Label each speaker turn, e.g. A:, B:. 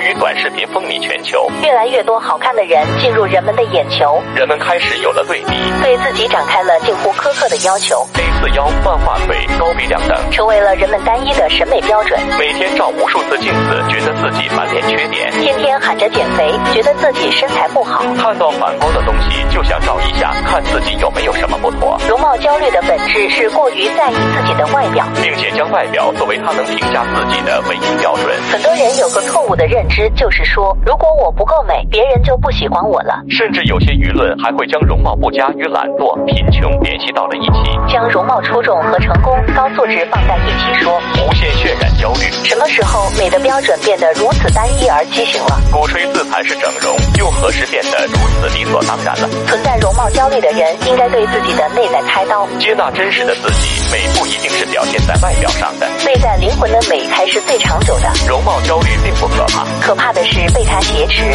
A: 与短视频风靡全球，
B: 越来越多好看的人进入人们的眼球，
A: 人们开始有了对比。
B: 对自己展开了近乎苛刻的要求，
A: A 四腰、漫画腿、高鼻梁等，
B: 成为了人们单一的审美标准。
A: 每天照无数次镜子，觉得自己满脸缺点，
B: 天天喊着减肥，觉得自己身材不好，
A: 看到反光的东西就想照一下，看自己有没有什么不妥，
B: 容貌焦虑的本质是过于在意自己的外表。
A: 并且将外表作为他能评价自己的唯一标准。
B: 很多人有个错误的认知，就是说，如果我不够美，别人就不喜欢我了。
A: 甚至有些舆论还会将容貌不佳与懒惰、贫穷联系到了一起，
B: 将容貌出众和成功、高素质放在一起说，
A: 无限渲染焦虑，
B: 什么时候美的标准变得如此单一而畸形了？
A: 鼓吹自残是整容，又何时变得如此理所当然了？
B: 存在容貌焦虑的人，应该对自己的内在开刀，
A: 接纳真实的自己，美不一定是表现在外表上的。
B: 内在灵魂的美才是最长久的。
A: 容貌焦虑并不可怕，
B: 可怕的是被它挟持。